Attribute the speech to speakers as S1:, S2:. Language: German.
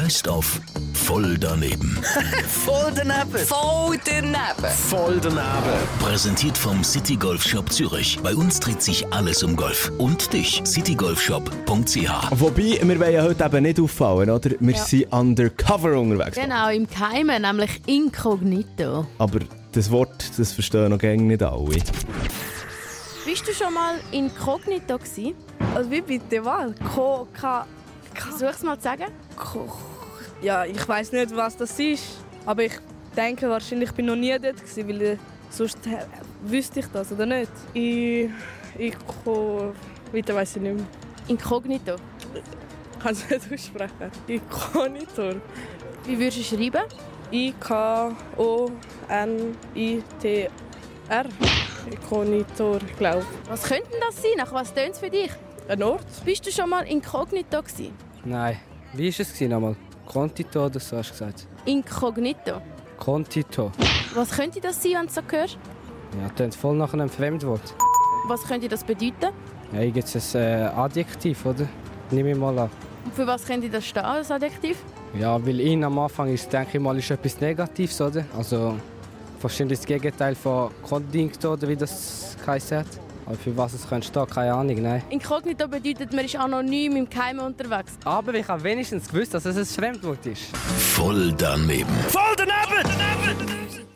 S1: heißt auf Voll daneben.
S2: Voll daneben.
S3: Voll daneben.
S2: Voll daneben.
S1: Präsentiert vom City Golf Shop Zürich. Bei uns dreht sich alles um Golf. Und dich, citygolfshop.ch.
S4: Wobei, wir wollen ja heute eben nicht auffallen, oder? Wir
S5: Ja.
S4: sind undercover unterwegs.
S5: Genau, im Keimen, nämlich inkognito.
S4: Aber das Wort, das verstehen noch gängig nicht alle.
S6: Bist du schon mal inkognito gewesen?
S7: Also wie bitte was? Ko, ka, ka,
S6: Versuch's mal zu sagen.
S7: ko. Ja, ich weiß nicht, was das ist, aber ich denke wahrscheinlich bin ich noch nie dort gewesen, weil äh, sonst äh, wüsste ich das oder nicht? Ich, ich ko, weiter weiß ich nicht mehr.
S6: Inkognito.
S7: Ich kann es nicht aussprechen. Ikonitor.
S6: Wie würdest du schreiben?
S7: I K O N I T R. Ikonitor, glaube
S6: Was könnte denn das sein? Nach was tönt es für dich?
S7: Ein Ort?
S6: Bist du schon mal inkognito gewesen?
S8: Nein. Wie war es gewesen nochmal? Kontito oder so hast du gesagt?
S6: Inkognito.
S8: Kontito.
S6: Was könnte das sein, wenn du so hörst?
S8: Ja, tönt voll nach einem Fremdwort.
S6: Was könnte das bedeuten?
S8: Ja, hier gibt es ein äh, Adjektiv, oder? Nehme ich mal an.
S6: Und für was könnte das stehen, das Adjektiv?
S8: Ja, weil in am Anfang ist, denke ich mal, ist etwas Negatives, oder? Also wahrscheinlich das Gegenteil von Kontinto, oder wie das geheißen hat. Aber für was es könnte stehen, keine Ahnung, nein.
S6: Inkognito bedeutet, man ist anonym im Keimen unterwegs.
S8: Aber ich habe wenigstens gewusst, dass es ein Fremdwort ist.
S1: Voll daneben.
S2: Voll daneben.